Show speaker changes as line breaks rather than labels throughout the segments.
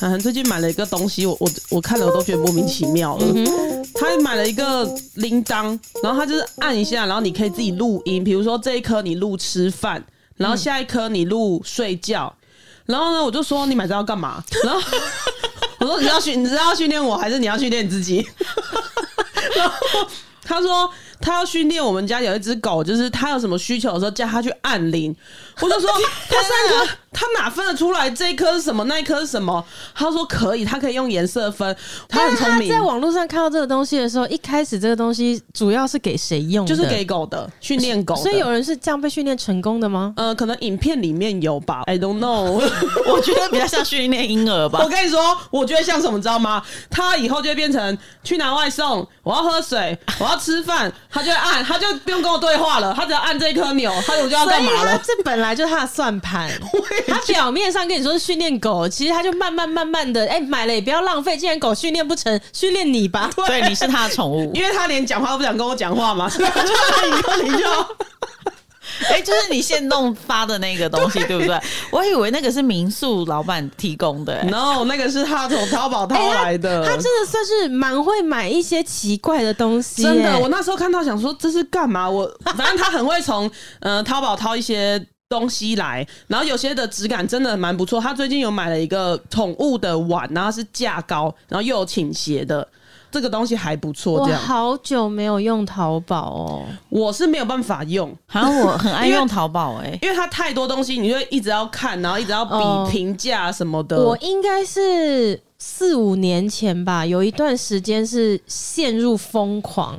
涵最近买了一个东西，我我我看了我都觉得莫名其妙了。他买了一个铃铛，然后他就是按一下，然后你可以自己录音，比如说这一颗你录吃饭，然后下一颗你录睡觉。然后呢，我就说你买这要干嘛？ 然后我说你要训，你是要训练我，还是你要训练你自己？ 然后他说他要训练我们家有一只狗，就是他有什么需求的时候叫他去按铃。我 就说他三
啊
颗，他哪分得出来这一颗是什么，那一颗是什么？他说可以，他可以用颜色分，他很聪明
在，网络上看到这个东西的时候，一开始这个东西主要是给谁用的？
就是给狗的训练狗的。
所以有人是这样被训练成功的吗？
呃，可能影片里面有吧，I don't know。
我觉得比较像训练婴儿 吧
我。跟你说，我觉得像什么，你知道吗？他以后就会变成去拿外送，我要喝水，我要吃饭，他就会按，他就不用跟我对话了，他只要按这一颗钮，他我就要
所
干
以
嘛
他
了？
这本来就是他的算盘，他表面上跟你说是训练狗，其实他就慢慢慢慢的，哎、买了也不要浪费，既然狗训练不成，训练你吧。
对，你是他的宠物。
因为他连讲话都不想跟我讲话嘛，所以他就按一个铃就 要。
哎、就是你现弄发的那个东西，对不对？我以为那个是民宿老板提供的、 欸
No，那个是他从淘宝
哎
淘
他
来的。
他真的算是蛮会买一些奇怪的东西、
真的，
哎
我那时候看到想说这是干嘛？我反正他很会从 呃淘宝淘一些东西来，然后有些的质感真的蛮不错。他最近有买了一个宠物的碗，然后是架高，然后又有倾斜的，这个东西还不错。
我
这样
好久没有用淘宝哦，
我是没有办法用，
好像我很爱用淘宝、哎，
因为它太多东西，你就一直要看，然后一直要
哦
比评价什么的。
我应该是四五年前吧，有一段时间是陷入疯狂。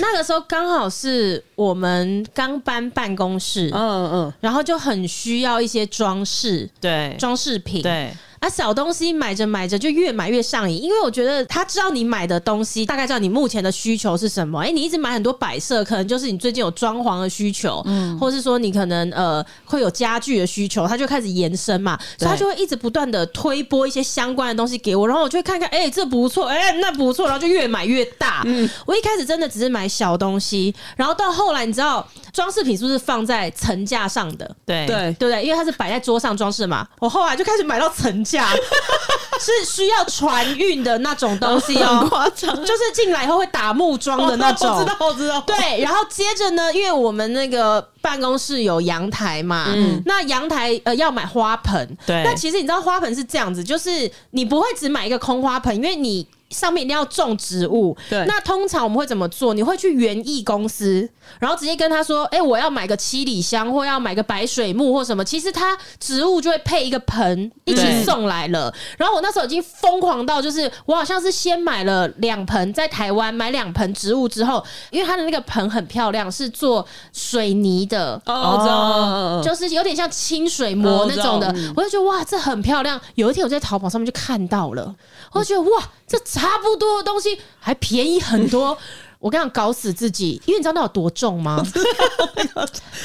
那个时候刚好是我们刚搬办公室，
嗯嗯，
然后就很需要一些装饰。
对
装饰品，
对，
啊，小东西买着买着就越买越上瘾，因为我觉得他知道你买的东西，大概知道你目前的需求是什么。哎、你一直买很多摆设，可能就是你最近有装潢的需求，嗯，或是说你可能呃会有家具的需求，他就开始延伸嘛，所以他
对
就会一直不断的推播一些相关的东西给我，然后我就会看看，哎、这不错，哎、那不错，然后就越买越大。嗯，我一开始真的只是买小东西，然后到后来你知道装饰品是不是放在层架上的？
对
对，
对不对？因为它是摆在桌上装饰嘛。我后来就开始买到层架， 是需要船运的那种东西哦，
夸 张
就是进来以后会打木 桩的那种。
我知道，我知道。
对，然后接着呢，因为我们那个办公室有阳台嘛，那阳台呃要买花盆，
对
那其实你知道花盆是这样子，就是你不会只买一个空花盆，因为你。上面一定要种植物，
对
那通常我们会怎么做？你会去园艺公司，然后直接跟他说：“哎、我要买个七里香，或要买个白水木，或什么。”其实它植物就会配一个盆一起
对
送来了。然后我那时候已经疯狂到，就是我好像是先买了两盆，在台湾买两盆植物之后，因为它的那个盆很漂亮，是做水泥的，
哦，我知道嗯嗯嗯，嗯
就是有点像清水
哦
膜
我
那
知道
种的，
嗯
我就觉得哇，这很漂亮。有一天我在淘宝上面就看到了，我就觉得哇，这差不多的东西还便宜很 多。我刚想搞死自己，因为你知道那有多重吗？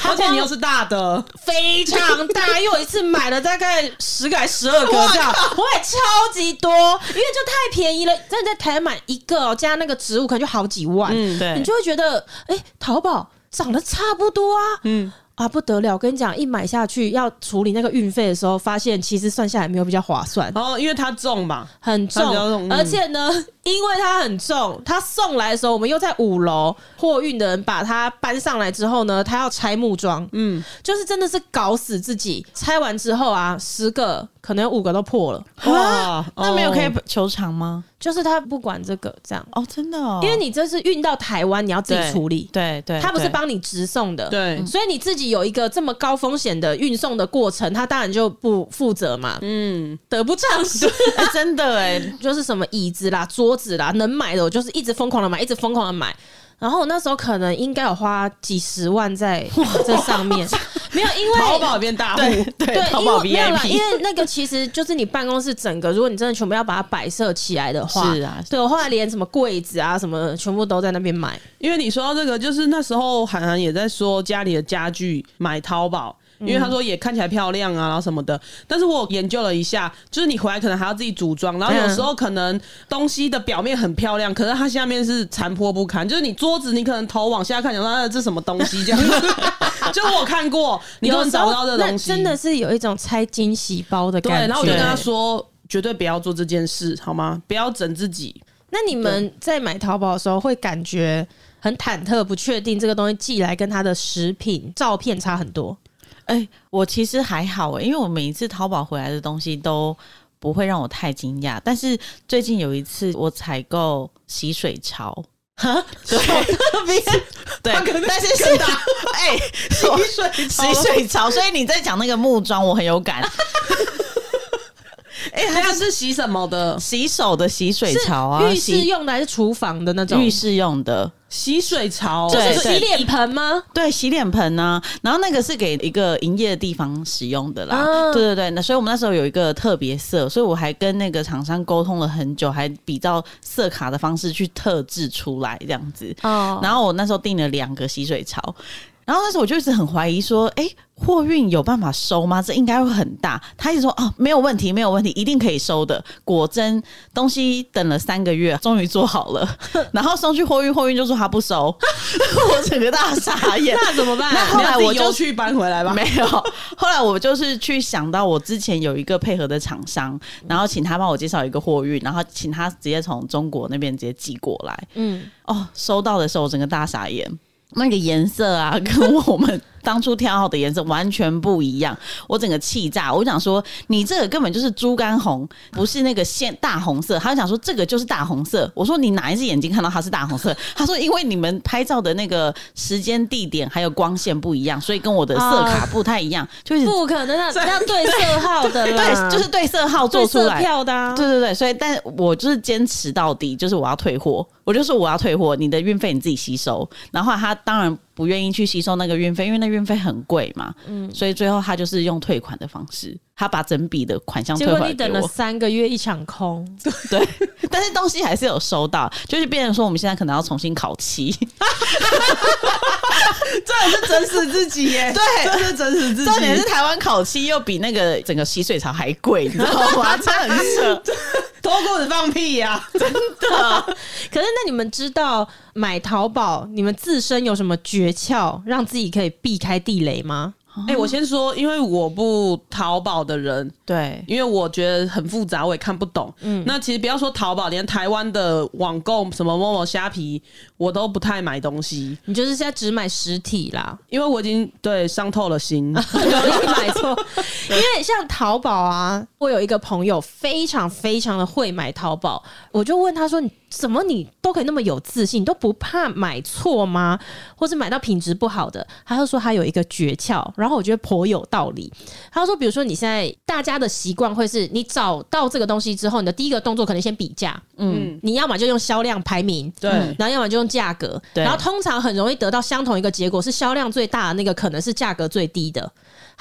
而且你又是大的，
非常大，因为我一次买了大概十个还十二个这样，我也超级多，因为就太便宜了。真的在台湾买一个、哦、加那个植物，可能就好几万，
嗯
对
你就会觉得，哎、淘宝长得差不多啊，嗯。啊，不得了！我跟你讲，一买下去要处理那个运费的时候，发现其实算下来没有比较划算，
然后哦因为它重嘛，
很重
它比较重，嗯
而且呢，因为它很重，它送来的时候，我们又在五楼，货运的人把它搬上来之后呢，他要拆木桩，嗯，就是真的是搞死自己。拆完之后啊，十个可能有五个都破了，
哇，
那没有
哦
可以球场吗？
就是他不管这个这样，
哦，真的、哦，
因为你这是运到台湾，你要自己
对
处理，
对对，
他不是
对
帮你直送的，
对，
所以你自己有一个这么高风险的运送的过程，他当然就不负责嘛，嗯，得不偿失。
哎、真的哎、
就是什么椅子啦、桌子啦，能买的我就是一直疯狂的买，一直疯狂的买。然后我那时候可能应该有花几十万在这上面，没有因为
淘宝变大户，
对
对，
淘
因
宝
为没有啦，因
VIP
为那个其实就是你办公室整个，如果你真的全部要把它摆设起来的话，
是啊
对我后来连什么柜子啊什么全部都在那边买，
因为你说到这个，就是那时候韩寒也在说家里的家具买淘宝。因
嗯
为他说也看起来漂亮啊，然后什么的。但是我研究了一下，就是你回来可能还要自己组装，然
啊
后有时候可能东西的表面很漂亮，可是它下面是残破不堪。就是你桌子，你可能头往下看，想说啊这什么东西这样。 就我有看过，你根
有
本
时
找
候
不到这
那
东西，
真的是有一种拆惊喜包的
对。
感觉。
然后我就跟他说，绝对不要做这件事，好吗？不要整自己。
那你们在买淘宝的时候会感觉很忐忑，不确定这个东西寄来跟它的食品照片差很多。
哎、我其实还好、欸，因为我每一次淘宝回来的东西都不会让我太惊讶。但是最近有一次我采购洗水槽， 对对
他可能，
但是是哎，
滴
洗
水
洗水槽，所以你在讲那个木桩，我很有感。
哎，它、是洗什么的？
洗手的洗水槽啊，
浴室
洗
用的还是厨房的那种？
浴室用的，
洗水槽，
对
就是洗脸盆吗？
对，洗脸盆呢、然后那个是给一个营业的地方使用的啦。
啊
对对对，那所以我们那时候有一个特别色，所以我还跟那个厂商沟通了很久，还比照色卡的方式去特制出来这样子。
哦，
然后我那时候订了两个洗水槽。然后那时候我就一直很怀疑说，哎，货运有办法收吗？这应该会很大。他一直说，哦，没有问题，没有问题，一定可以收的。果真，东西等了三个月，终于做好了。 然后送去货运，货运就说他不收， 我整个大傻眼。
那怎么办？
啊
那后来我就
去搬回 来吧。
没有，后来我就是去想到我之前有一个配合的厂商，然后请他帮我介绍一个货运，然后请他直接从中国那边直接寄过来。
嗯，
哦，收到的时候我整个大傻眼，那个颜色啊， 跟我们当初挑好的颜色完全不一样，我整个气炸。我想说，你这个根本就是猪肝红，不是那个鲜大红色。他就想说这个就是大红色，我说你哪一只眼睛看到它是大红色？他说因为你们拍照的那个时间、地点还有光线不一样，所以跟我的色卡啊不太一样，就是
不可能啊那那对色号的啦，
对，就是 对色号做
对
出
色
来。
票的啊。
对对对，所以但我就是坚持到底，就是我要退货，我就说我要退货，你的运费你自己吸收。然后后来他当然不愿意去吸收那个运费，因为那运费很贵嘛，嗯，所以最后他就是用退款的方式，他把整笔的款项
结
退
果
回来
你等
给
了
我。
三个月，一场空。
对，但是东西还是有收到，就是变成说我们现在可能要重新烤漆，
这也是整死自己 耶！
对
这是整死自己。
重点是台湾烤漆又比那个整个洗水槽还贵，你知道 吗？真的很扯，
脱裤子放屁呀、
可是，那你们知道买淘宝，你们自身有什么诀窍，让自己可以避开地雷吗？
哎、我先说，因为我不淘宝的人，
对。
因为我觉得很复杂，我也看不懂。嗯，那其实不要说淘宝，连台湾的网购什么某某虾皮，我都不太买东西，
你就是现在只买实体啦，
因为我已经对伤透了心。
很容易买错。因为像淘宝啊，我有一个朋友非常非常的会买淘宝，我就问他说：“你怎么你都可以那么有自信，你都不怕买错吗？或是买到品质不好的？”他就说他有一个诀窍，然后我觉得颇有道理。他说，比如说你现在大家的习惯会是你找到这个东西之后，你的第一个动作可能先比价，
嗯，
你要么就用销量排名，
对
嗯然后要么就用价格，
对
然后通常很容易得到相同一个结果，是销量最大的那个可能是价格最低的。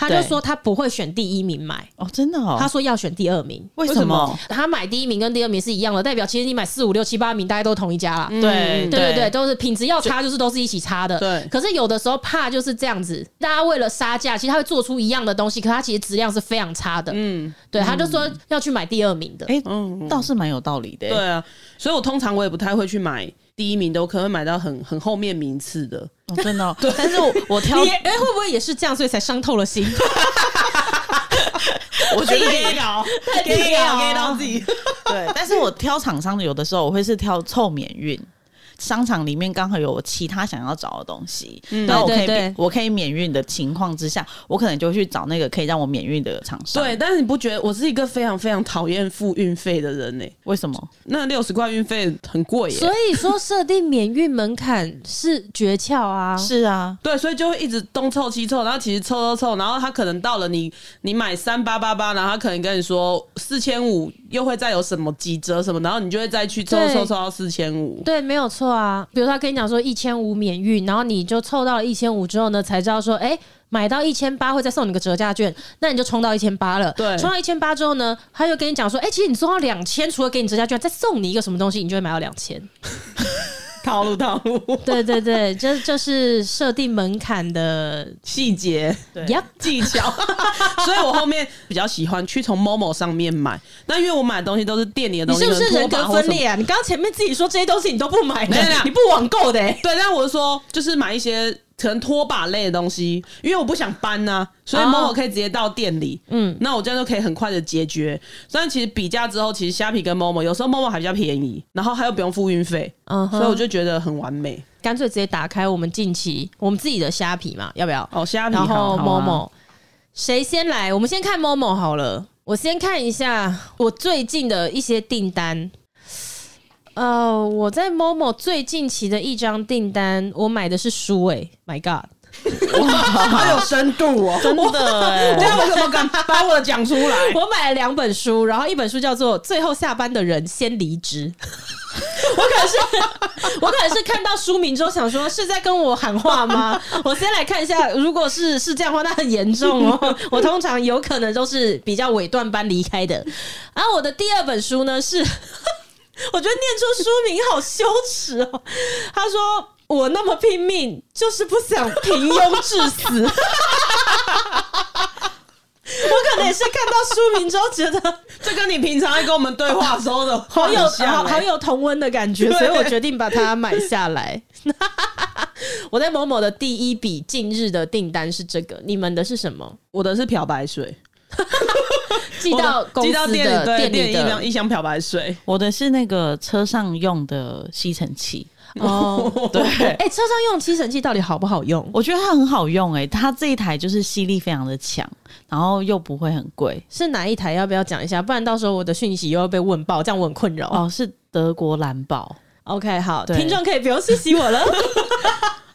他就
对
说他不会选第一名买，
哦，真的哦
他，说要选第二名。
为
为什
什么？
他买第一名跟第二名是一样的，代表其实你买四五六七八名，大家都同一家啦。
对
嗯对对对，都是品质要差，就是都是一起差的。
对
可是有的时候怕就是这样子，大家为了杀价，其实他会做出一样的东西，可他其实质量是非常差的。嗯，对，他就说要去买第二名的。
哎、
嗯
倒是蛮有道理的、欸。
对啊，所以我通常我也不太会去买第一名的，我可能会买到很很后面名次的。
哦，真的、哦。但是我我挑
你，哎、会不会也是这样，所以才伤透了心？
我觉得
给搞，
给搞
给到自 己。
对，但是我挑厂商的有的时候我会是挑凑免运。商场里面刚好有我其他想要找的东西，然后我可以
嗯对对对
我可以免运的情况之下，我可能就去找那个可以让我免运的厂商。
对，，但是你不觉得我是一个非常非常讨厌付运费的人呢、
为什么？
那六十块运费很贵耶、
所以说，设定免运门槛是诀窍 啊。
是啊，
对，所以就会一直东凑西凑，然后其实凑凑凑，然后他可能到了你你买三八八八，然后他可能跟你说四千五，又会再有什么几折什么，然后你就会再去凑
对
凑凑到四千五。
对，没有错啊。比如说他跟你讲说一千五免运，然后你就凑到了一千五之后呢，才知道说，哎、买到一千八会再送你个折价券，那你就冲到一千八了。
对
冲到一千八之后呢，他又跟你讲说，哎、其实你送到两千，除了给你折价券，再送你一个什么东西，你就会买到两千。
套路套路，
对对对，这就是设定门槛的。
细节
对
Yep，
技 巧，所以我后面比较喜欢去从某某上面买。那因为我买的东西都是店里的
你
东西，
是不是
可能
人
拖把
格
或什
分
么
裂啊？你刚刚前面自己说这些东西你都不买的
没有没有，
你不网购的、欸。
对，但我是说，就是买一些可能拖把类的东西，因为我不想搬呐、所以
哦
某某可以直接到店里，
嗯
嗯，那我这样就可以很快的解决。但其实比价之后，其实虾皮跟某某有时候某某还比较便宜，然后还又不用付运费，
嗯哼，
所以我就觉得很完美。
干脆直接打开我们近期我们自己的虾皮嘛，要不要？
哦，虾皮
然
好，
后
好
某
啊
某，谁先来？我们先看某某好了。我先看一下我最近的一些订单。呃，我在某某最近期的一张订单，我买的是书诶、m y God，
好有深度哦，
真的哎、
这样我怎么敢把我的讲出来？
我买了两本书，然后一本书叫做《最后下班的人先离职》。我可能是 我可能是看到书名之后想说是在跟我喊话吗？我先来看一下，如果是是这样的话，那很严重哦。我通常有可能都是比较尾段班离开的。然后我的第二本书呢是， 我觉得念出书名好羞耻哦。他说。我那么拼命，就是不想平庸致死。 我可能也是看到书名之后觉得
这跟你平常在跟我们对话的时候的话
好
很
有
像
好
欸
好有同温的感觉，
对
所以我决定把它买 下来。我在某某的第一笔近日的订单是这个，你们的是什么？
我的是漂白水，
寄到
我的
公
寄
司
到
的
店里，对，
店
店
里
里一
的
箱一箱漂白水。
我的是那个车上用的吸尘器，
哦。
对。
哎、车上用吸尘器到底好不好用？
我觉得它很好用诶、它这一台就是吸力非常的强，然后又不会很贵
是哪一台？要不要讲一下？不然到时候我的讯息又要被问爆，这样我很困扰。
哦，是德国蓝宝，
OK，好，
对
听众可以不用谢 谢我了。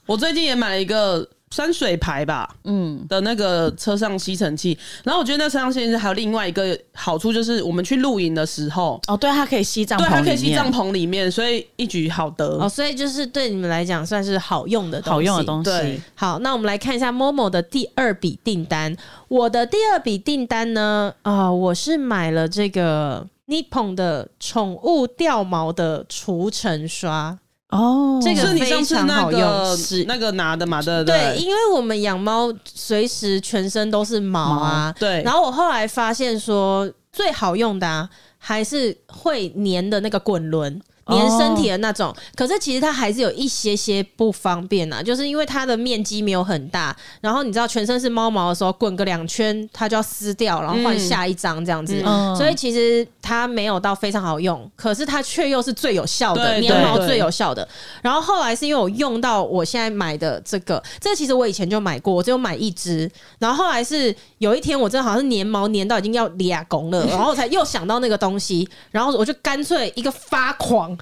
我最近也买了一个山水牌吧
嗯，
的那个车上吸尘器，然后我觉得那车上吸尘器还有另外一个好处，就是我们去露营的时候，
哦，对，它可以吸帐
对，
篷，
它可以吸帐，篷里面，所以一举好得。
哦，所以就是对你们来讲算是好用的东西，
好用的东
对
西，
好，那我们来看一下 Momo 的第二笔订单。我的第二笔订单呢，啊、我是买了这个 Nippon 的宠物掉毛的除尘刷。
哦，
这 个
是你上次那
非常好用
个
是
那个拿的嘛？对不
对，
对
因为我们养猫随时全身都是毛啊。
对，
然
后
后我后来发现说，最好用的啊，还是会粘的那个滚轮。
哦
粘身体的那种，可是其实它还是有一些些不方便啊，就是因为它的面积没有很大，然后你知道全身是猫毛的时候，滚个两圈它就要撕掉，然后换
嗯
下一张这样子，
嗯
所以其实它没有到非常好用，可是它却又是最有效的，
哦对
粘毛
对
最有效的。然后后来是因为我用到我现在买的这个，这个其实我以前就买过，我只有买一支，然后后来是有一天我真的好像是粘毛粘到已经要裂拱了，然后我才又想到那个东西，然后我就干脆一个发狂，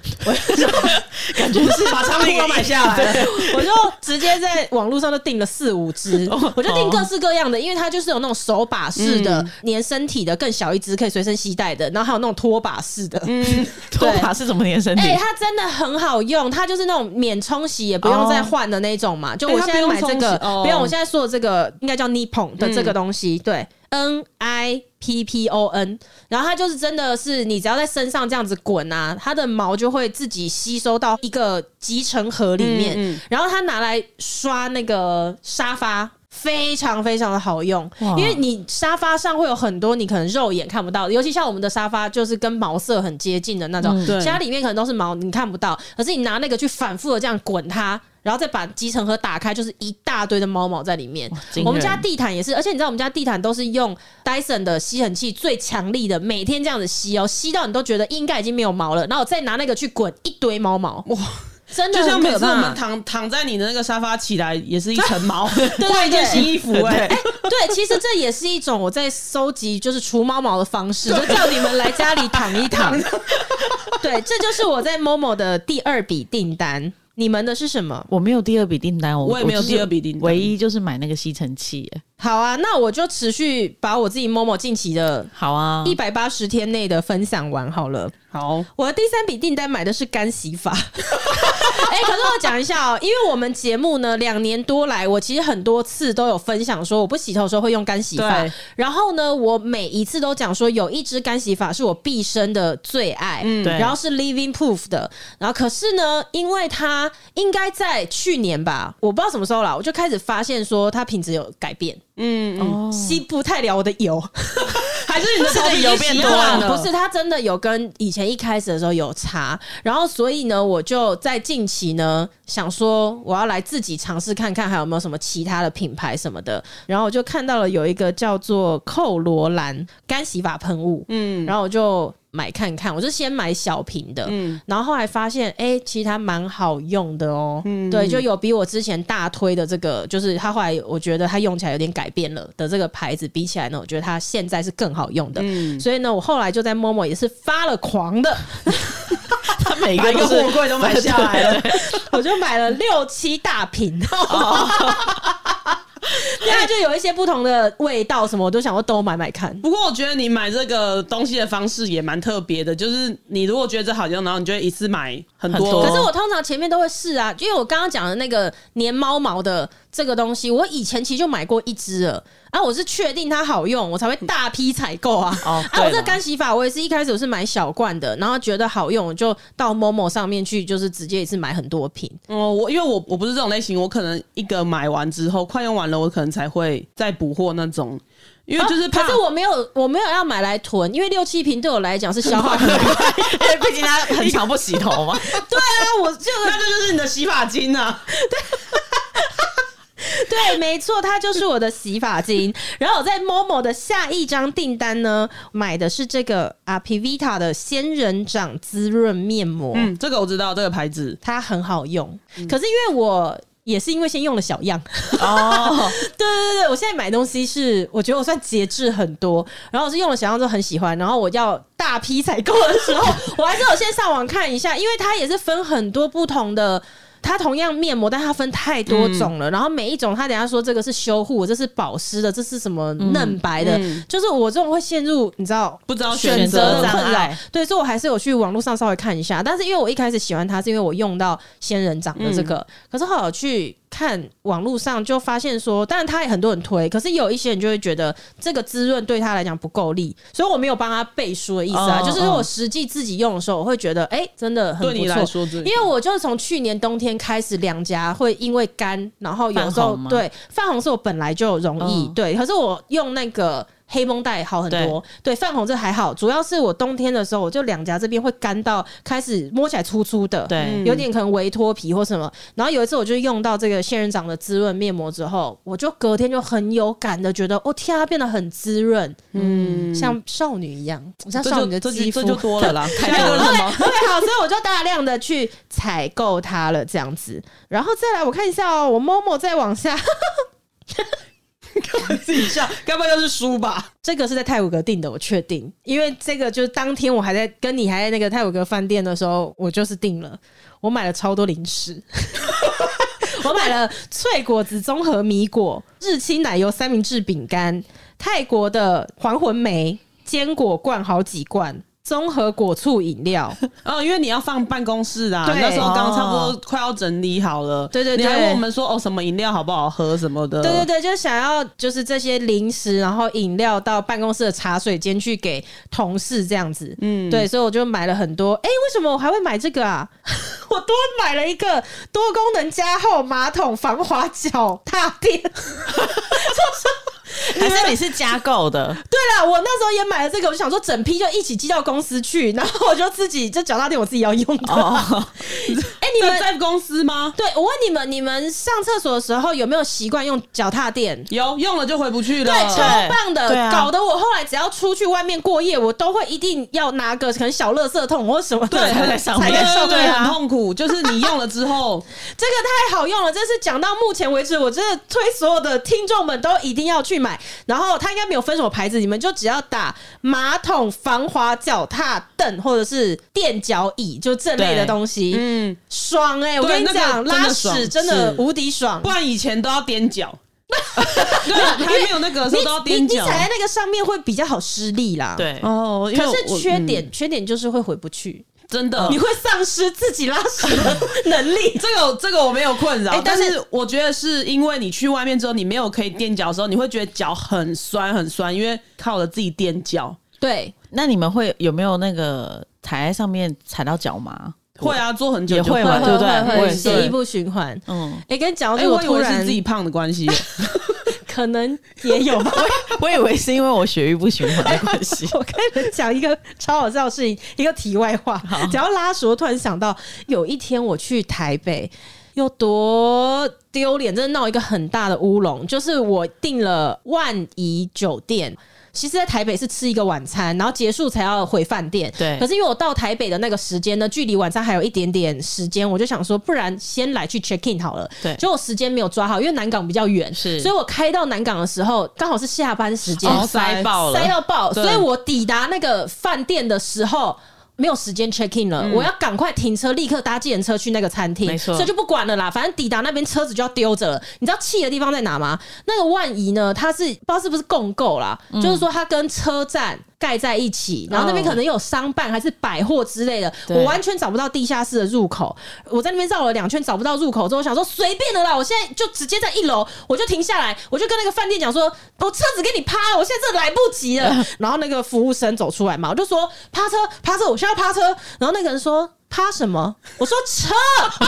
感觉是把商品都买下 来 了，
我就直接在网络上就订了四五支，
哦
我就订各式各样的，因为它就是有那种手把式的，
嗯
粘身体的更小一支可以随身携带的，然后还有那种拖把式的。
嗯
拖把是怎么粘身体
哎、？它真的很好用，它就是那种免冲洗也不用再换的那种嘛。就我现在买这个，
哦哎它不用冲洗哦嗯
不用，我现在说的这个应该叫 Nippon 的这个东西，对，N I P P O N，然后它就是真的是你只要在身上这样子滚啊，它的毛就会自己吸收到一个集成盒里面，
嗯嗯
然后它拿来刷那个沙发。非常非常的好用，
哇
因为你沙发上会有很多你可能肉眼看不到的，尤其像我们的沙发就是跟毛色很接近的那种，
嗯对
其他里面可能都是毛，你看不到。可是你拿那个去反复的这样滚它，然后再把集成盒打开，就是一大堆的猫毛在里面
哇惊。人
我们家地毯也是，而且你知道我们家地毯都是用 Dyson 的吸尘器最强力的，每天这样子吸哦，吸到你都觉得应该已经没有毛了，然后我再拿那个去滚一堆猫毛，
哇，
真的
就像
很
每
可
次我们
怕。
躺躺在你的那个沙发起来也是一层毛，换一
对
件新衣服哎，
对，其实这也是一种我在收集就是除猫毛的方式，就叫你们来家里躺一躺。对，这就是我在 Momo 的第二笔订单。你们的是什么？
我没有第二笔订单，我
我也没有
就是
第二笔订单
唯一就是买那个吸尘器耶。
好啊，那我就持续把我自己某某近期的
好啊，
一百八十天内的分享完好了。
好，
我的第三笔订单买的是干洗法。 哎、可是我讲一下哦、因为我们节目呢两年多来，我其实很多次都有分享说，我不洗头的时候会用干洗法
对。
然后呢，我每一次都讲说，有一支干洗法是我毕生的最爱，嗯，
对
然后是 Living Proof 的。然后可是呢，因为它应该在去年吧，我不知道什么时候啦，我就开始发现说它品质有改变，
嗯，嗯
哦
吸不太了我的油。
还是你的头皮
有
已经
变
习
多
惯了？
不是，它真的有跟以前一开始的时候有差，然后所以呢，我就在近期呢想说，我要来自己尝试看看还有没有什么其他的品牌什么的，然后我就看到了有一个叫做蔻罗兰干洗发喷雾，嗯，然后我就。买看看，我就先买小瓶的，然后后来发现，哎、其实它蛮好用的哦、对，就有比我之前大推的这个，就是它后来我觉得它用起来有点改变了的这个牌子比起来呢，我觉得它现在是更好用的，所以呢，我后来就在 Momo 也是发了狂的，
他每
把
个
一个
都是
货柜都买下来了，
我就买了六七大瓶， 然后就有一些不同的味道什么，我都想要都买买看。
不过我觉得你买这个东西的方式也蛮特别的，就是你如果觉得这好用，然后你就会一次买很
很
多。
多
可是我通常前面都会试啊，因为我刚刚讲的那个粘猫毛的这个东西，我以前其实就买过一支了，啊，我是确定它好用，我才会大批采购啊。
哦
啊，我这
对
个
了
干洗法我也是一开始我是买小罐的，然后觉得好用，我就到 Momo 上面去，就是直接也是买很多瓶。
哦，我因为我我不是这种类型，我可能一个买完之后快用完了，我可能才会再补货那种，因为就是
啊
怕。
可是我没有，我没有要买来囤，因为六七瓶对我来讲是 消耗品。
因为毕竟他很常不洗头 嘛。
对啊，我就
那这就是你的洗发精啊！
对，没错，它就是我的洗发精。 然后我在 Momo 的下一张订单呢，买的是这个 Apivita 的仙人掌滋润面膜，
嗯，这个我知道，这个牌子
它很好用。可是因为我。也是因为先用了小样，
哦，
对对对，我现在买东西是我觉得我算节制很多，然后我是用了小样之后很喜欢，然后我要大批采购的时候，我还是有先上网看一下，因为它也是分很多不同的。它同样面膜，但它分太多种了。然后每一种，它等一下说这个是修护，这是保湿的，这是什么嫩白的，就是我这种会陷入你知道
不知道
选
选
择
择
的
障
困扰
碍。
对，所以我还是有去网络上稍微看一下。但是因为我一开始喜欢它，是因为我用到仙人掌的
嗯
这个，可是后来我去看网络上就发现说，当然它也很多人推，可是有一些人就会觉得这个滋润对他来讲不够力，所以我没有帮他背书的意思啊。
哦
就是说
哦
我实际自己用的时候，我会觉得哎、真的很
对
不
你来
错。
说，这
因为我就是从去年冬天开始，两颊会因为干，然后有时
泛
候
红吗
对泛红是我本来就容易、
哦
嗯
对，可是我用那个黑绷带好很多，对泛红这还好，主要是我冬天的时候，我就两颊这边会干到开始摸起来粗粗的，
嗯
对，
有点可能微脱皮或什么。然后有一次我就用到这个仙人掌的滋润面膜之后，我就隔天就很有感的觉得，哦天啊，变得很滋润，嗯，像少女一样，像
这
少
就
女的
这
肌
就
肤
这就多了啦，太多了是吗？
对，好，所以我就大量的去采购它了，这样子。然后再来，我看一下哦，我 Momo 再往下，
自己笑，该不会又是书吧？
这个是在泰晤阁订的，我确定，因为这个就是当天我还在跟你还在那个泰晤阁饭店的时候，我就是订了，我买了超多零食。 我买了脆果子综合米果、日清奶油三明治饼干、泰国的黄魂梅坚果罐好几罐、综合果醋饮料，
嗯，因为你要放办公室啊，
对
那时候刚
哦
差不多快要整理好了。
对对对
你还问我们说哦，什么饮料好不好喝什么的。
对对对，就是想要就是这些零食，然后饮料到办公室的茶水间去给同事这样子。嗯，对，所以我就买了很多。哎、为什么我还会买这个啊？ 我多买了一个多功能加厚马桶防滑脚踏垫。
还是你是加 购的？
对啦，我那时候也买了这个，我就想说整批就一起寄到公司去，然后我就自己就脚踏垫我自己要用的。哎、
哦，
你
这
们。
在公司吗？
对，我问你们，你们上厕所的时候有没有习惯用脚踏垫？
有用了就回不去了。
对，超棒的，
对啊
搞得我后来只要出去外面过夜，我都会一定要拿个可能小垃圾桶或什么的
对，
才在上面
对对对
对
对，很
啊，
痛苦。就是你用了之 后，
这个太好用了，这是讲到目前为止，我真的推所有的听众们都一定要去买。然后它应该没有分什么牌子，你们就只要打马桶防滑脚踏凳或者是垫脚椅，就这类的
对
东西，
嗯，
爽哎、我
对
跟你
那个真
讲，
的
拉
爽
屎真的
是
无敌爽
不。然以前都要踮 脚。对，还没有那个的时
你
候都要
你
踮
你
脚
踩。在那个上面会比较好施力啦，
对，
哦，因为
可
我
是缺
嗯哦
点，哦缺点就是会回不去，
真的
你。会丧失自己拉屎的能 力。
这个这个我没有困扰，
哎
但
但是
是我觉得是因为你去外面之后，你没有可以垫脚的时候，你会觉得脚很酸很酸，因为靠着自己垫脚。
对，
那你们会有没有那个踩在上面踩到脚麻？
会啊，坐很久
也
就
会
会
嘛对不对我也是
血液不循环。
嗯，
哎，跟你讲到
哎、
这个，我
我以
突
为
然
是自己胖的关系，
可能 也有吧。。
我以为是因为我血液不循环的 关系
哦
我跟你们讲一个超好笑的事情，一个题外话。只要拉屎，我突然想到，有一天我去台北，有多丢脸，真的闹一个很大的乌龙。就是我订了万怡酒店，其实在台北是吃一个晚餐，然后结束才要回饭店。
对
可是因为我到台北的那个时间呢，距离晚餐还有一点点时间，我就想说，不然先来去 check in 好了。
对
结果时间没有抓好，因为南港比较远，
是
所以我开到南港的时候，刚好是下班时间，
哦塞爆了
塞到爆，
对
所以我抵达那个饭店的时候。没有时间 check in 了，我要赶快停车，立刻搭计程车去那个餐厅，
嗯没错
所以就不管了啦。反正抵达那边车子就要丢着了。你知道气的地方在哪吗？那个万怡呢，它是不知道是不是共购啦，就是说它跟车站盖在一起，然后那边
嗯哦
可能有商办还是百货之类的，
对
我完全找不到地下室的入口。我在那边绕了两圈找不到入口之后，我想说随便的啦，我现在就直接在一楼，我就停下来，我就跟那个饭店讲说，我车子给你趴了，我现在真的来不及了。然后那个服务生走出来嘛，我就说趴车趴车，我现在要趴车。然后那个人说。趴什么？我说车， 他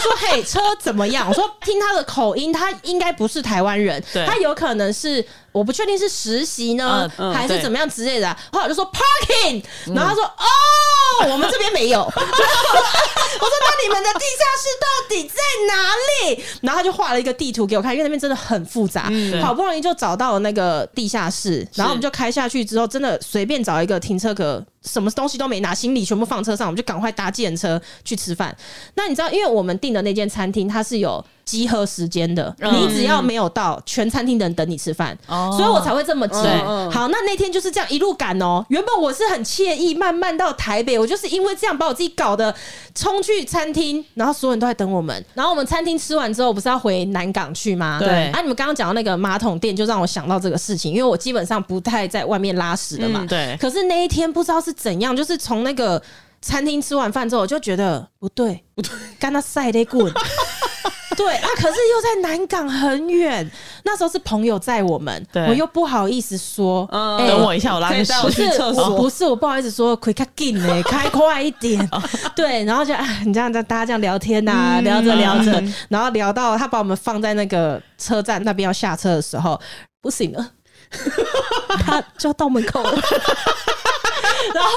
说嘿车怎么样？我说听他的口音，他应该不是台湾人，
对
他有可能是我不确定是实习呢，
嗯嗯
还是
对嗯
怎么样之类的、啊。后来我就说 parking，然后他说、 哦，我们这边没有。 我说那你们的地下室到底在哪里？然后他就画了一个地图给我看，因为那边真的很复杂，
嗯对
好不容易就找到了那个地下室，然后我们就开下去之后，真的随便找一个停车格，什么东西都没拿，行李全部放车上，我们就赶快搭计程车去吃饭。那你知道，因为我们订的那间餐厅它是有。集合时间的，
嗯
你只要没有到，全餐厅的人等你吃饭，
哦
所以我才会这么急。
对嗯
好，那那天就是这样一路赶哦。原本我是很惬意，慢慢到台北，我就是因为这样把我自己搞得冲去餐厅，然后所有人都在等我们。然后我们餐厅吃完之后，不是要回南港去吗？
对
啊，你们刚刚讲到那个马桶店，就让我想到这个事情，因为我基本上不太在外面拉屎的嘛。
嗯对
可是那一天不知道是怎样，就是从那个餐厅吃完饭之后，我就觉得不对，不对，干那塞得滚。对啊，可是又在南港很远，那时候是朋友载我们，
对
我又不好意思说，
嗯
哎
等我一下，我拉
可以
个
带我
不
屎。
是
去厕所
我不是我不好意思说，快开紧呢，开快一点。对，然后就啊，你这样大家这样聊天呐、啊聊着聊着，然后聊到他把我们放在那个车站那边要下车的时候，不行了，他就要到门 口了。然后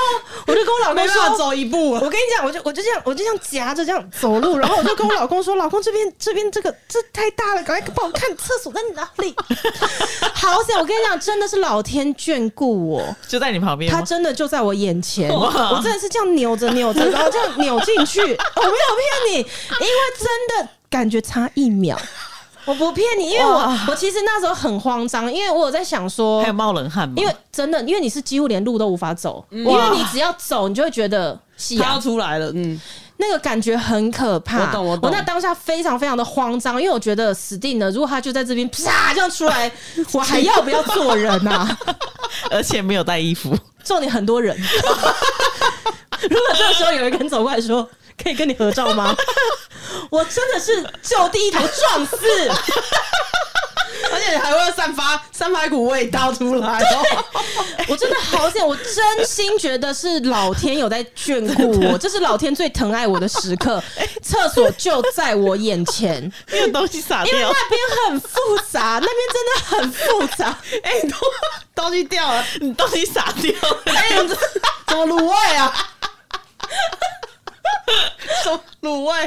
我就跟我老公
没办法
说。
走一步啊
我
了。
跟你讲，我就我就这样，我就这样夹着这样走路，然后我就跟我老公说：“老公，这边这边这个这太大了，赶快帮我看厕所在哪里。”好险！我跟你讲，真的是老天眷顾我。
就在你旁边吗，
他真的就在我眼前，
哇
我真的是这样扭着扭着，然后这样扭进 去。哦我没有骗你，因为真的感觉差一秒。我不骗你，因为我
哇
我其实那时候很慌张，因为我有在想说
还，有冒冷汗吗？
哦因为真的，因为你是几乎连路都无法走，
嗯
因
哇
为你只要走，你就会觉得夕
他要
阳
出来了，嗯，
那个感觉很可怕。
我懂我懂
那当下非常非常的慌张，因为我觉得死定了，如果他就在这边啪这样出 来，我还要不要做人啊？
而且没有带衣服，
重点很多人。 如果这个时候有一个人走过来说：“可以跟你合照吗？” 我真的是就地一头撞死。
而且还会散发散发一股味道出来哦。
我真的好险，我真心觉得是老天有在眷顾我，这是老天最疼爱我的时 刻。厕所就在我眼前，
没有东西 洒
因为
掉，
那边很复杂，那边真的很 复杂。
哎、你东东西掉了，
你东西洒掉，
哎、你这怎么卤味啊？ 什么卤味？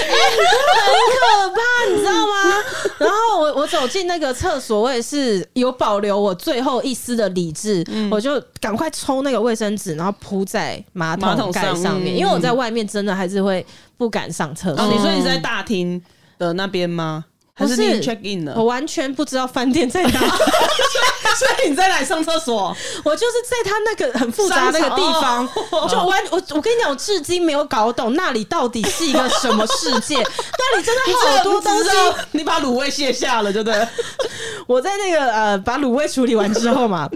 很可怕，你知道吗？然后我我走进那个厕所，我也是有保留我最后一丝的理智，
嗯
我就赶快抽那个卫生纸，然后铺在马
马
桶
桶
盖
上
上面，
嗯
因为我在外面真的还是会不敢上厕所。
哦，你说你是在大厅的那边吗？还是
不
你
是
check in 了
我？完全不知道饭店在哪，
所以你在哪里上厕所？
我就是在他那个很复杂的那个地 方，
哦
就完我我跟你讲，我至今没有搞懂那里到底是一个什么世 界，那里真的好多东西，
你把卤味卸下了，对不对？
我在那个呃把卤味处理完之后嘛，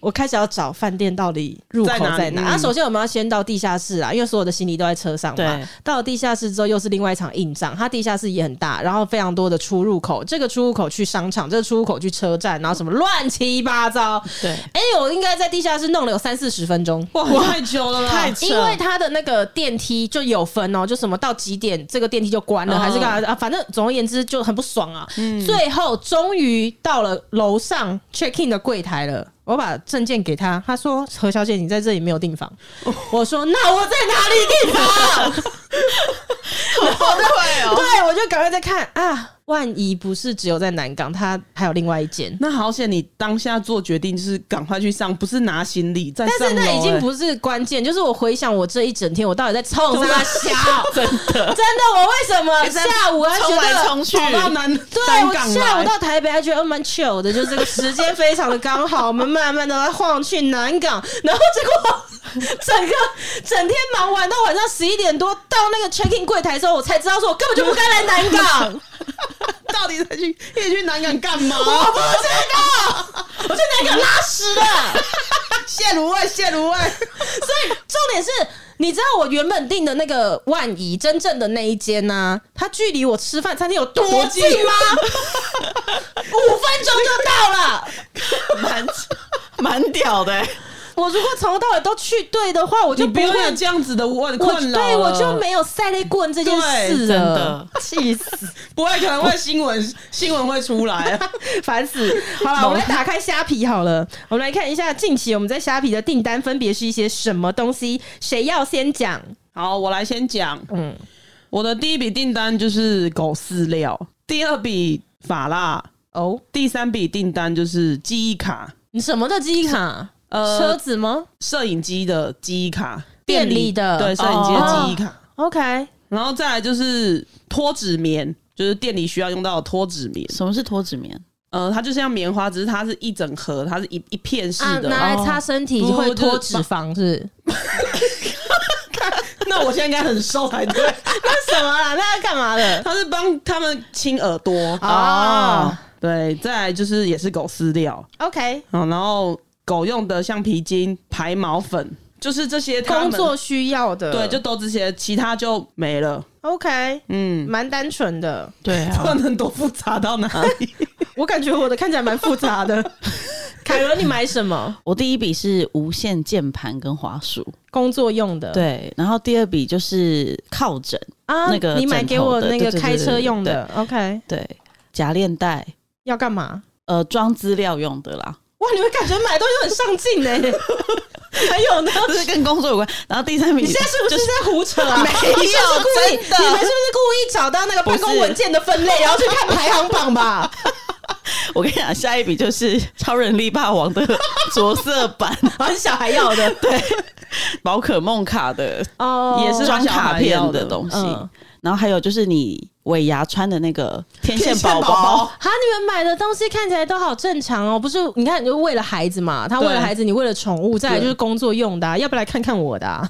我开始要找饭店到底入口
在
在
哪
哪。
里
啊，
嗯
首先我们要先到地下室啊，因为所有的行李都在车上嘛
对。
到了地下室之后，又是另外一场硬仗。它地下室也很大，然后非常多的出入口，这个出入口去商场，这个出入口去车站，然后什么乱七八糟。
对，
哎、我应该在地下室弄了有三四十分钟。
哇，太久了啦，
太扯
因为它的那个电梯就有分哦，就什么到几点这个电梯就关了，
嗯
还是干嘛啊？反正总而言之就很不爽啊。
嗯
最后终于到了楼上 check in 的柜台了。我把证件给他，他说：“何小姐，你在这里没有订房。
哦
我说：“那我在哪里订房？”
好对哦。
对，我就赶快再看啊，万一不是只有在南港，他还有另外一 间。
那好险，你当下做决定就是赶快去上，不是拿行李再上
但是
楼
那已经
欸
不是关键，就是我回想我这一整天，我到底在冲啥笑？
真的，
真的，我为什么
你在
下午还觉
冲来
得？
冲去，
跑到南
对，
南
我
港
下午
来
到台北还觉得哦蛮 chill 的，就是这个时间非常的刚好，我们慢慢的晃去南港，然后结果整个整天忙完到晚上十一点多，到那个 check in 柜台之后，我才知道说我根本就不该来南港，
到底再去夜去南港干 嘛？
我不知道，我去南港拉屎了。
现卤味，现卤味，
所以重点是，你知道我原本订的那个万怡真正的那一间呢、它距离我吃饭餐厅有多近吗？五分钟就到了。
蛮蛮屌的欸、
我如果从头到尾都去对的话，我
你
就
不
不
用有
会。
这样子的问
我
困扰了，
对我就没有塞雷棍这件事
对真的
了，气 死，
不会，可能会新闻 新闻会出来 啊。
烦死！好 了，我们来打开虾皮好了，我们来看一下近期我们在虾皮的订单分别是一些什么东西，谁要先讲？
好，我来先讲，
嗯，
我的第一笔订单就是狗饲料，第二笔法拉，
哦，
第三笔订单就是记忆卡，
你什么的记忆卡？
呃
车子吗？
摄影机的记忆卡，
店里的
对，摄影机的哦记忆卡，
OK，
然后再来就是脱脂棉，就是店里需要用到的脱脂棉，
什么是脱脂棉？
呃，它就像棉花，只是它是一整盒，它是一一片式
啊，
的。
拿来擦身体
哦
会
不就是
脱脂肪是？
那我现在应该很瘦才对。
那什么啊？那要干嘛 的？
它是帮他们清耳朵啊
哦
对，再来就是也是狗饲料，
，OK，
嗯，然后狗用的橡皮筋、排毛粉，就是这些他
工
们
作需要的，
对，就都这些，其他就没了。
OK，
嗯，
蛮单纯的。
对啊
不，能多复杂到哪里？
我感觉我的看起来蛮复杂的。 凯伦，你买什么？
我第一笔是无线键盘跟滑鼠，
工作用的，
对，然后第二笔就是靠枕，
啊，
那个
你买给我那
枕头
个
的对对对
开车用的，OK，
对，假链带，
要干嘛？
呃，装资料用的 啦，
哇，你们感觉买东西很上进呢。 还有呢？
这是跟工作有关。然后第三笔，
你现在是不是在胡扯啊？
没有
你是不是故意
真的
你们是不是故意找到那个办公文件的分类，然后去看排行榜吧？
我跟你讲，下一笔就是超人力霸王的 着色板，
好像小孩 要的，对，
宝可梦卡的
哦
也是
装卡片的东西
嗯，
然后还有就是你尾牙穿的那个天线
宝
宝宝，
哈，你们买的东西看起来都好正常哦，不是？你看，你就为了孩子嘛，他为了
对
孩子，你为了宠物，再来就是工作用的啊、要不来看看我 的、啊？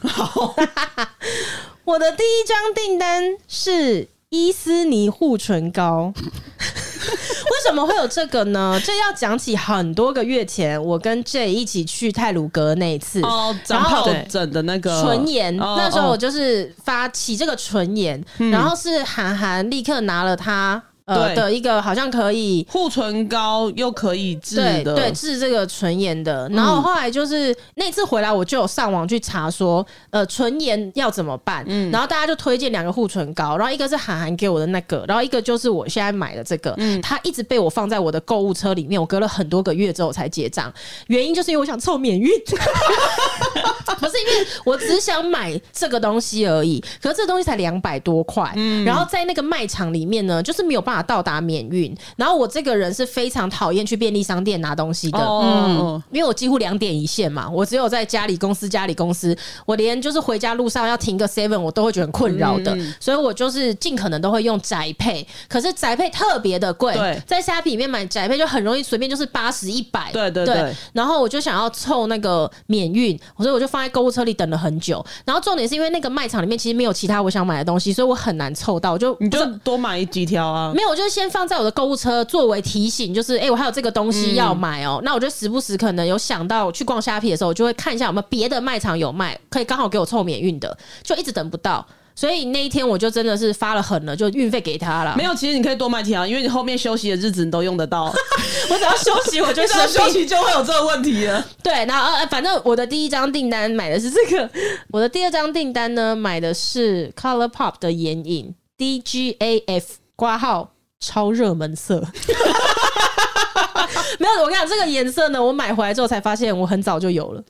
我的第一张订单是伊斯尼护唇 膏。为什么会有这个呢？这要讲起很多个月前，我跟 J 一起去泰鲁阁那一次，
哦，长
然后
疱疹的那个
唇炎，
哦
那时候我
哦嗯
就是发起这个唇炎，然后是韩寒立刻拿了他呃
对
的一个好像可以。
护唇膏又可以治
对
的，嗯
对，治这个唇炎的。然后后来就是、那次回来，我就有上网去查说，呃，唇炎要怎么办。
嗯
然后大家就推荐两个护唇膏，然后一个是韩寒给我的那个，然后一个就是我现在买的这个。
嗯
它一直被我放在我的购物车里面，我隔了很多个月之后才结账，原因就是因为我想凑免运。 不是因为我只想买这个东西而已，可是这东西才两百多块，然后在那个卖场里面呢，就是没有办法到达免运。然后我这个人是非常讨厌去便利商店拿东西的。
哦，
因为我几乎两点一线嘛，我只有在家里公司、家里公司，我连就是回家路上要停个 seven，我都会觉得很困扰的，
嗯
所以我就是尽可能都会用宅配。可是宅配特别的贵
对，
在虾皮里面买宅配就很容易随便就是八十、一百，
对对对
然后我就想要凑那个免运，所以我就放在购物车里等了很久。然后重点是因为那个卖场里面其实没有其他我想买的东西，所以我很难凑到，我就
你
不知
就多买几条啊。
没有，我就先放在我的购物车作为提醒，就是哎、诶我还有这个东西要买哦、那我就时不时可能有想到去逛虾皮的时候，我就会看一下有没有别的卖场有卖，可以刚好给我凑免运的，就一直等不到。所以那一天我就真的是发了狠了，就运费给他了。
没有，其实你可以多卖条，因为你后面休息的日子你都用得 到。
我只要休息 我就
你只要
生
休
病。
息就会有这个问题了。
对，然后呃，反正我的第一张订单买的是这个，我的第二张订单呢买的是 Color Pop 的眼影 DGAF 挂号超热门色。 没有，我跟你讲，这个颜色呢，我买回来之后才发现，我很早就有了，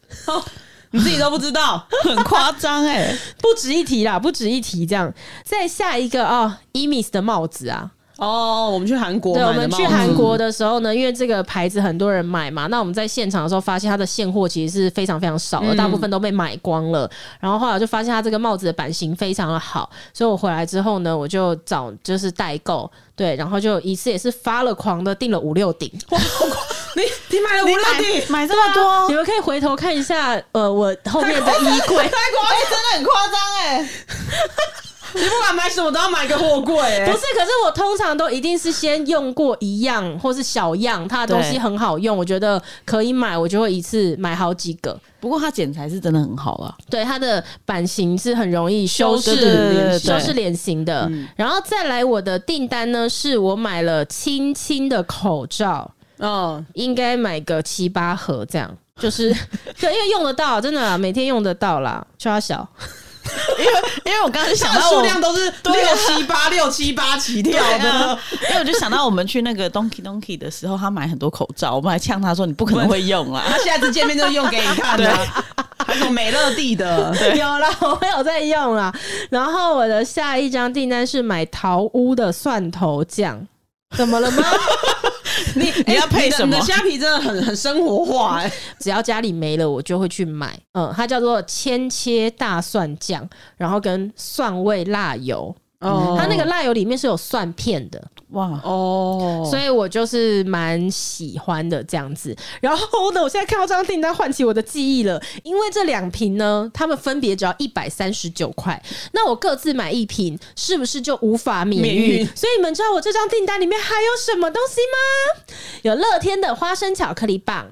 你自己都不知道，
很夸张哎，
不值一提啦，不值一提。这样，再下一个啊、e m i s 的帽子啊，
哦，我们去韩国
对，
买的
我
帽子，
们去韩国的时候呢，因为这个牌子很多人买嘛，那我们在现场的时候发现它的现货其实是非常非常少的，大部分都被买光了。然后后来我就发现它这个帽子的版型非常的好，所以我回来之后呢，我就找就是代购，对，然后就一次也是发了狂的订了五六顶。
哇，好夸 你你买了五
你
六顶，
买买这么多
你，们可以回头看一下，呃，我后面的衣 柜，
泰国
哎，真的很夸张哎，
你不管买什么都要买个货柜、
不
欸
是，，可是我通常都一定是先用过一样或是小样，它的东西
对
很好用，我觉得可以买，我就会一次买好几个。
不过它剪裁是真的很好啊，
对它的版型是很容易修
修
饰
饰脸
修
型
饰脸型的。然后再来我的订单呢，是我买了亲亲的口罩，
嗯，
应该买个七八盒这 样。就是对，因为用得到，真的啦，每天用得到啦。抓小，
因为我刚刚就想
它的
到
数
我，
量都是六七八六七八起跳
对
的
啊。因为我就想到我们去那个 Donkey Donkey 的时候，他买很多口罩，我们还呛他说你不可能会用啊啦。
他下次见面就用给你看的、还有美乐蒂的，
有啦， 我有在用啦。然后我的下一张订单是买桃屋的蒜头酱，怎么了 吗？
你
你要配哎什么
你的你的虾皮真的很很生活化、欸，
只要家里没了，我就会去买。嗯，它叫做千切大蒜酱，然后跟蒜味辣油。
哦
它那个辣油里面是有蒜片的，
哇，
哦，
所以我就是蛮喜欢的这样子。然后呢，我现在看到这张订单，唤起我的记忆了，因为这两瓶呢，他们分别只要一百三十九块，那我各自买一瓶，是不是就无法免
免
运？
运
所以你们知道我这张订单里面还有什么东西吗？有乐天的花生巧克力棒，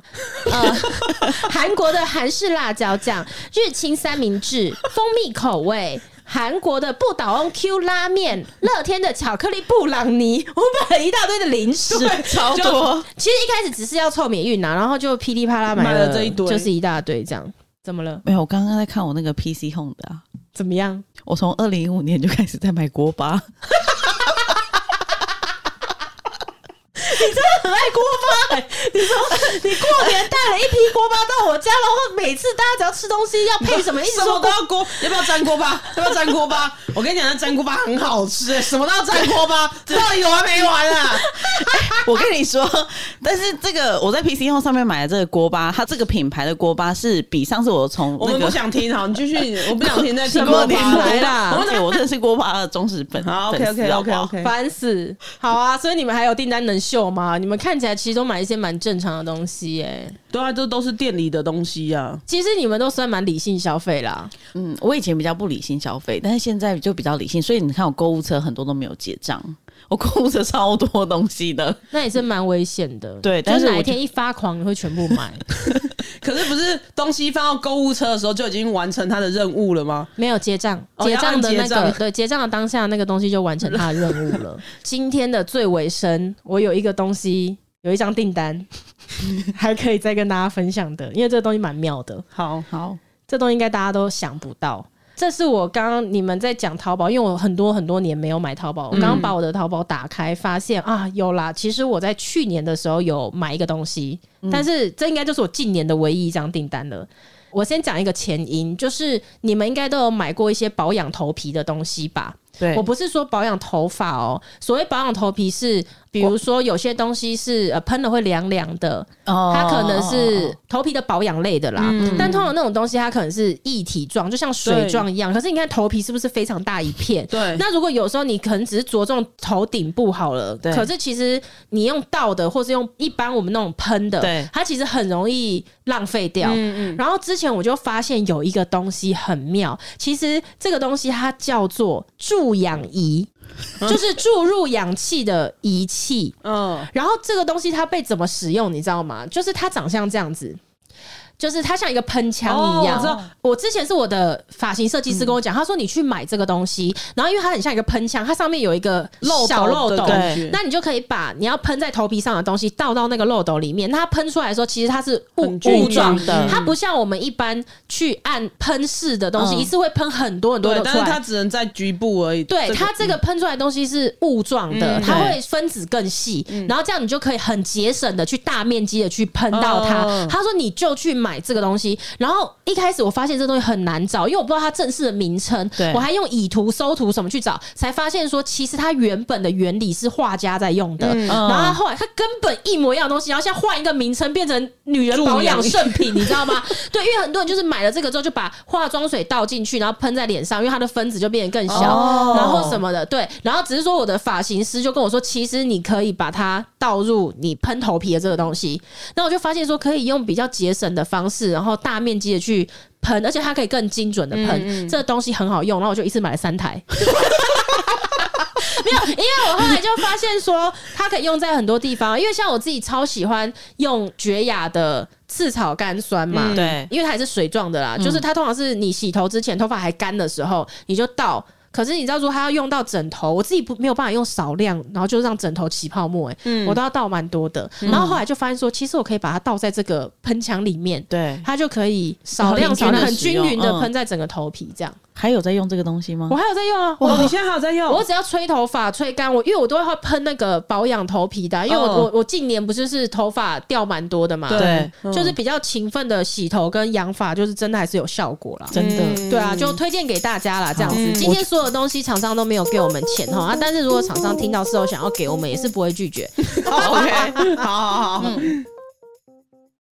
呃， 韩国的韩式辣椒酱，日清三明治，蜂蜜口味。韩国的不倒翁 Q 拉面，乐天的巧克力布朗尼，我买了一大堆的零食。
超多，
其实一开始只是要凑免运啊呐，然后就噼里啪啦买
买了这一堆
就是一大堆这样。怎么了？
没有，我刚刚在看我那个 PC Home 的、啊，
怎么样？
我从二零一五年就开始在买锅巴，
很 爱锅巴、欸，你说你过年带了一批锅巴到我家，然后每次大家只要吃东西要配什
哎
么，一直
什么
说
都要锅，要不要沾锅巴？要不要沾锅巴？我跟你讲，那沾锅巴很好吃、欸，什么都要沾锅 巴，到底有完没完啊？
我跟你说， 但是这个我在 PC Home 上面买的这个锅巴，它这个品牌的锅巴是比上次我从
我
那
们
个
不想听，好，你继续，我不想听再听
过
锅
年
巴
来
了。
啦
我们我认识锅巴的忠实粉，
好
粉丝
，OK，OK，OK，OK。
好不好
OK，OK，OK，OK
烦死。好啊，所以你们还有订单能秀吗？你们看起来其实都买一些蛮正常的东西、耶。
对啊，这都是店里的东西啊。
其实你们都算蛮理性消费啦。
嗯，我以前比较不理性消费，但是现在就比较理性，所以你看我购物车很多都没有结账，我购物车超多东西的，
那也是蛮危险的，
对
就
但是
哪一
我觉
天一发狂，你会全部买。
可是不是东西放到购物车的时候就已经完成它的任务了吗？
没有结账，
哦
结账的那
要
个、
按结账
对结账的当下那个东西就完成他的任务了。今天的最尾声，我有一个东西，有一张订单，还可以再跟大家分享的，因为这个东西蛮妙的，
好，
好，
这东西应该大家都想不到。这是我刚刚你们在讲淘宝，因为我很多很多年没有买淘宝，我刚刚把我的淘宝打开，发现啊有啦，其实我在去年的时候有买一个东西，但是这应该就是我近年的唯一一张订单了。我先讲一个前因，就是你们应该都有买过一些保养头皮的东西吧？
对
我不是说保养头发哦，所谓保养头皮是，比如说有些东西是呃喷了会凉凉的，
哦嗯
它可能是头皮的保养类的啦。但通常那种东西它可能是液体状，就像水状一样。可是你看头皮是不是非常大一片？
对
那如果有时候你可能只是着重头顶部好了，
对
可是其实你用倒的，或是用一般我们那种喷的，
对
它其实很容易浪费掉。
嗯嗯，
然后之前我就发现有一个东西很妙，其实这个东西它叫做助氧仪，
嗯
就是注入氧气的仪器。
嗯，
然后这个东西它被怎么使用，你知道吗？就是它长相这样子。就是它像一个喷枪一
哦我
样
知道。嗯
我之前是我的发型设计师跟我讲，他说你去买这个东西，然后因为它很像一个喷枪，它上面有一个
漏
小
斗
漏
的
斗，
感觉
那你就可以把你要喷在头皮上的东西倒到那个漏斗里面。那它喷出来的时候，其实它是雾
很均
雾状
匀的
它不像我们一般去按喷式的东西，
嗯
一次会喷很多很多
对
的，
但
出
是
来
它。只能在局部而已。
对
这个
它这个喷出来的东西是雾状的，
嗯
它
对
会分子更细，然后这样你就可以很节省的去大面积的去喷到它。
哦
他说你就去买这个东西，然后一开始我发现这东西很难找，因为我不知道它正式的名称
对，
我还用以图搜图什么去找，才发现说其实它原本的原理是画家在用的，
嗯
然后他后来他根本一模一样的东西，然后现在换一个名称变成女人保养圣品，你知道吗？ 对，因为很多人就是买了这个之后就把化妆水倒进去，然后喷在脸上，因为它的分子就变得更小，
哦
然后什么的，对，然后只是说我的发型师就跟我说，其实你可以把它倒入你喷头皮的这个东西，那我就发现说可以用比较节省的方式，然后大面积的去。喷，而且它可以更精准的喷，这个东西很好用，然后我就一次买了三台。没有，因为我后来就发现说，它可以用在很多地方。因为像我自己超喜欢用绝雅的赤草甘酸嘛，
嗯
对嗯
因为它也是水状的啦，就是它通常是你洗头之前头发还干的时候，你就倒。可是你知道，如果它要用到枕头，我自己不没有办法用少量，然后就让枕头起泡沫、欸，
嗯
我都要倒蛮多的。然后后来就发现说，其实我可以把它倒在这个喷枪里面，
对，
它就可以少量
很
少
哦均匀地
量很
使
均
用
匀的
嗯
喷在整个头皮，这样。
还有在用这个东西吗
我？还有在用啊，
哦，你现在还有在用？
我只要吹头发、吹干，我因为我都会喷那个保养头皮的啊、因为我、我
哦
我近年不就是头发掉蛮多的嘛，
对
嗯
就是比较勤奋的洗头跟养发，就是真的还是有效果啦。
真的，
对 啊，就推荐给大家啦，这样子。
嗯
今天所有东西厂商都没有给我们钱哈 啊，但是如果厂商听到之后想要给我们，也是不会拒绝。
OK，
好好好，